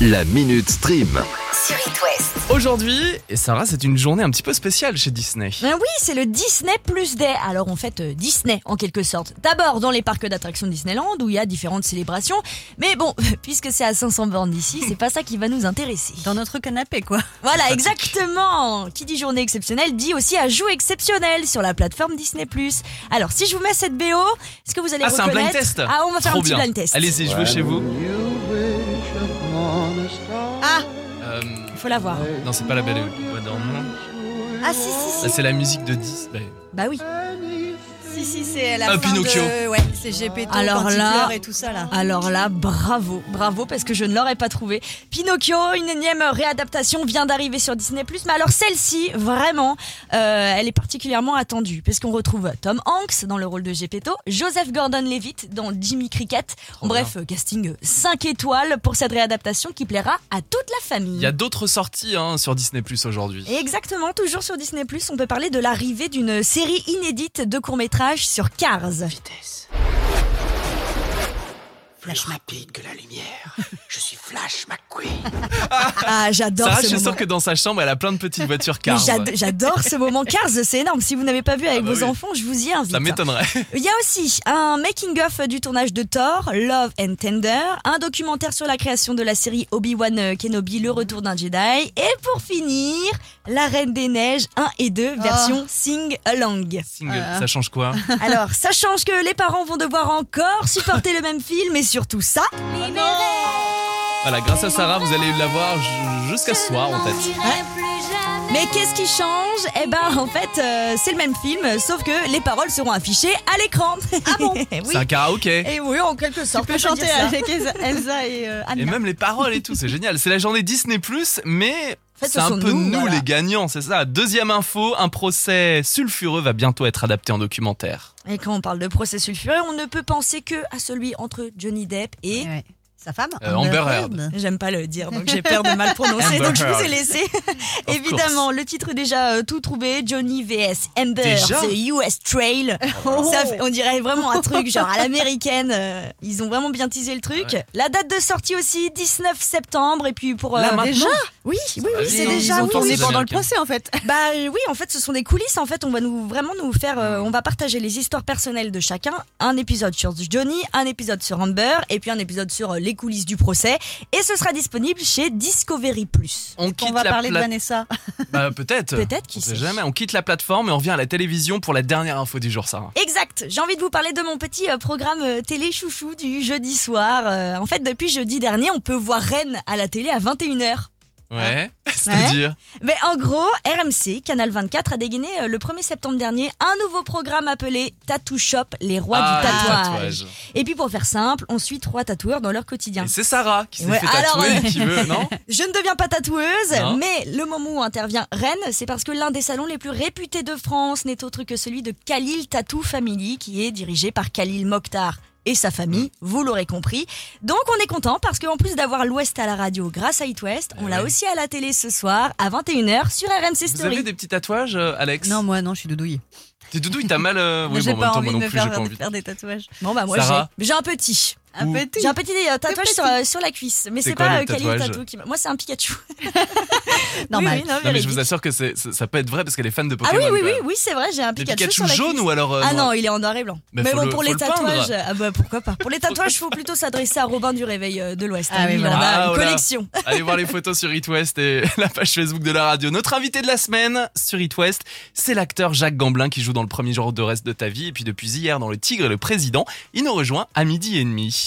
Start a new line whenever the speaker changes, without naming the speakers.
La Minute Stream.
sur It West.
Aujourd'hui, et Sarah, c'est une journée un petit peu spéciale chez Disney.
Ben oui, c'est le Disney plus Day. Alors en fait, euh, Disney en quelque sorte. D'abord dans les parcs d'attractions de Disneyland où il y a différentes célébrations. Mais bon, puisque c'est à 500 bornes d'ici, c'est pas ça qui va nous intéresser.
Dans notre canapé, quoi.
Voilà, exactement. Qui dit journée exceptionnelle dit aussi ajout exceptionnel sur la plateforme Disney+. Alors si je vous mets cette BO, est-ce que vous allez
Ah, c'est un
reconnaître
blind test
Ah, on va faire
Trop
un petit
bien.
blind test.
Allez-y, je veux chez vous.
Ah,
Euh,
faut la voir.
non, c'est pas la belle et le dormant.
Ah si si
Ça,
si.
Bah, c'est la musique de Disney.
Bah oui.
Si, si, c'est la
Ah,
fin
Pinocchio.
de... Ouais, c'est Gepetto,
Alors
quand il
là-
pleure et tout ça, là.
Alors là, bravo, bravo, parce que je ne l'aurais pas trouvé. Pinocchio, une énième réadaptation vient d'arriver sur Disney+. Mais alors celle-ci, vraiment, euh, elle est particulièrement attendue, parce qu'on retrouve Tom Hanks dans le rôle de Gepetto, Joseph Gordon-Levitt dans Jimmy Cricket. Bref, euh, casting 5 étoiles pour cette réadaptation qui plaira à toute la famille.
Il y a d'autres sorties hein, sur Disney Plus aujourd'hui.
Et exactement, toujours sur Disney+, on peut parler de l'arrivée d'une série inédite de courts-métrages sur Cars.
Plus rapide que la lumière. Je suis Flash McQueen.
Ah, j'adore
Sarah,
ce
je suis
moment.
sûr que dans sa chambre, elle a plein de petites voitures
Mais
cars.
j'ad- J'adore ce moment Cars, c'est énorme. Si vous n'avez pas vu avec
Ah bah
vos
oui.
enfants, je vous y invite.
Ça m'étonnerait.
Il y a aussi un making-of du tournage de Thor, Love and Tender, un documentaire sur la création de la série Obi-Wan euh, Kenobi, Le Retour d'un Jedi, et pour finir, La Reine des Neiges 1 et 2, version Sing Along.
Single, ça change quoi
Alors, ça change que les parents vont devoir encore supporter le même film, et surtout ça.
Voilà, grâce à Sarah, vous allez l'avoir ju- jusqu'à ce soir en tête.
Mais qu'est-ce qui change Eh ben, en fait, euh, c'est le même film, sauf que les paroles seront affichées à l'écran. Ah bon Oui.
C'est un karaoké.
Et Eh oui, en quelque sorte.
Tu peux
on peut dire
chanter
ça.
avec Elsa- Elsa et euh, Anna.
Et même les paroles et tout, c'est génial. C'est la journée Disney Plus, mais
En fait, ce
c'est un
sont
peu
nous,
nous,
voilà.
les gagnants, c'est ça. Deuxième info, un procès sulfureux va bientôt être adapté en documentaire.
Et quand on parle de procès sulfureux, on ne peut penser que à celui entre Johnny Depp et.
Ouais. Sa femme
Euh, Amber Heard.
J'aime pas le dire, donc j'ai peur de mal prononcer,
Amber
donc je vous ai
Heard.
laissé. Évidemment, le titre déjà euh, tout trouvé, Johnny vs Amber,
Déjà
The US Trail.
Oh.
Ça fait- on dirait vraiment un truc genre à l'américaine. euh, ils ont vraiment bien teasé le truc. La date de sortie aussi, 19 septembre. Et puis pour...
Là,
euh,
maintenant
oui, oui, oui,
Ils
c'est
ont-
déjà...
ils ont
oui,
tourné
oui.
pendant le Américains.
procès, en fait.
Bah euh, oui, en fait, ce sont des coulisses. En fait, on va nous vraiment nous faire,
Hmm.
euh, on va partager les histoires personnelles de chacun. Un épisode sur Johnny, un épisode sur Amber, et puis un épisode sur euh, les coulisses du procès. Et ce sera disponible chez Discovery Plus.
On
On
quitte
va
la
parler de
plate-
Vanessa.
Bah, peut-être.
Peut-être, qui
On
sait.
sait jamais. On quitte la plateforme et on revient à la télévision pour la dernière info du jour, Sarah.
Exact. J'ai envie de vous parler de mon petit euh, programme euh, télé chouchou du jeudi soir. Euh, en fait, depuis jeudi dernier, on peut voir Rennes à la télé à 21h.
Ouais. C'est-à-dire
Mais en gros, RMC, Canal 24, a dégainé euh, le 1er septembre dernier un nouveau programme appelé Tattoo Shop, les rois
Ah,
du
le
tatouage.
tatouage.
Et puis pour faire simple, on suit trois tatoueurs dans leur quotidien.
Et c'est Sarah qui s'est
Ouais,
fait
alors,
tatouer,
ouais.
qui veut, non
Je ne deviens pas tatoueuse,
Non.
mais le moment où intervient Rennes, c'est parce que l'un des salons les plus réputés de France n'est autre que celui de Khalil Tattoo Family, qui est dirigé par Khalil Mokhtar et sa
Mm.
famille, vous l'aurez compris. Donc on est content parce qu'en plus d'avoir l'Ouest à la radio grâce à It West, on
Eh
l'a
ouais.
aussi à la télé ce soir à 21h sur RMC
Vous avez
Story.
des petits tatouages, euh, Alex
Non, moi, non, je suis doudouille.
Tes doudouilles, t'as mal. euh, Oui,
j'ai
bon, en
pas
même temps,
envie
moi
de
non
me
plus,
faire,
j'ai pas envie.
faire des tatouages.
Bon bah moi
Sarah
j'ai j'ai un petit.
Un
Ouh.
petit.
J'ai un petit euh, tatouage
petit.
sur, euh, sur la cuisse, mais
C'est
c'est
quoi
pas
le
euh, Khalil
tatouage
Tattoo qui m'a- Moi c'est un Pikachu.
Normal.
Oui, oui,
Non,
non,
mais je
véridique.
vous assure que c'est- ça ça peut être vrai parce qu'elle est fan de
Ah
Pokémon.
oui, oui,
quoi.
oui, oui, c'est vrai, j'ai un
Mais
Pikachu,
Pikachu
sur la
jaune
cuisse.
ou alors. euh,
Ah
noir
non, il est en noir et blanc.
Mais
Mais,
faut
bon,
le-
pour
faut
les
le peindre.
tatouages, ah bah, pourquoi pas. Pour les tatouages, faut plutôt s'adresser à Robin du Réveil euh, de l'Ouest.
Ah
Lui,
oui,
il en
voilà.
a
Ah,
une
voilà.
collection.
Allez voir les photos sur It West et la page Facebook de la radio. Notre invité de la semaine sur It West, c'est l'acteur Jacques Gamblin qui joue dans le premier jour de reste de ta vie et puis depuis hier dans Le Tigre et le Président. Il nous rejoint à midi et demi.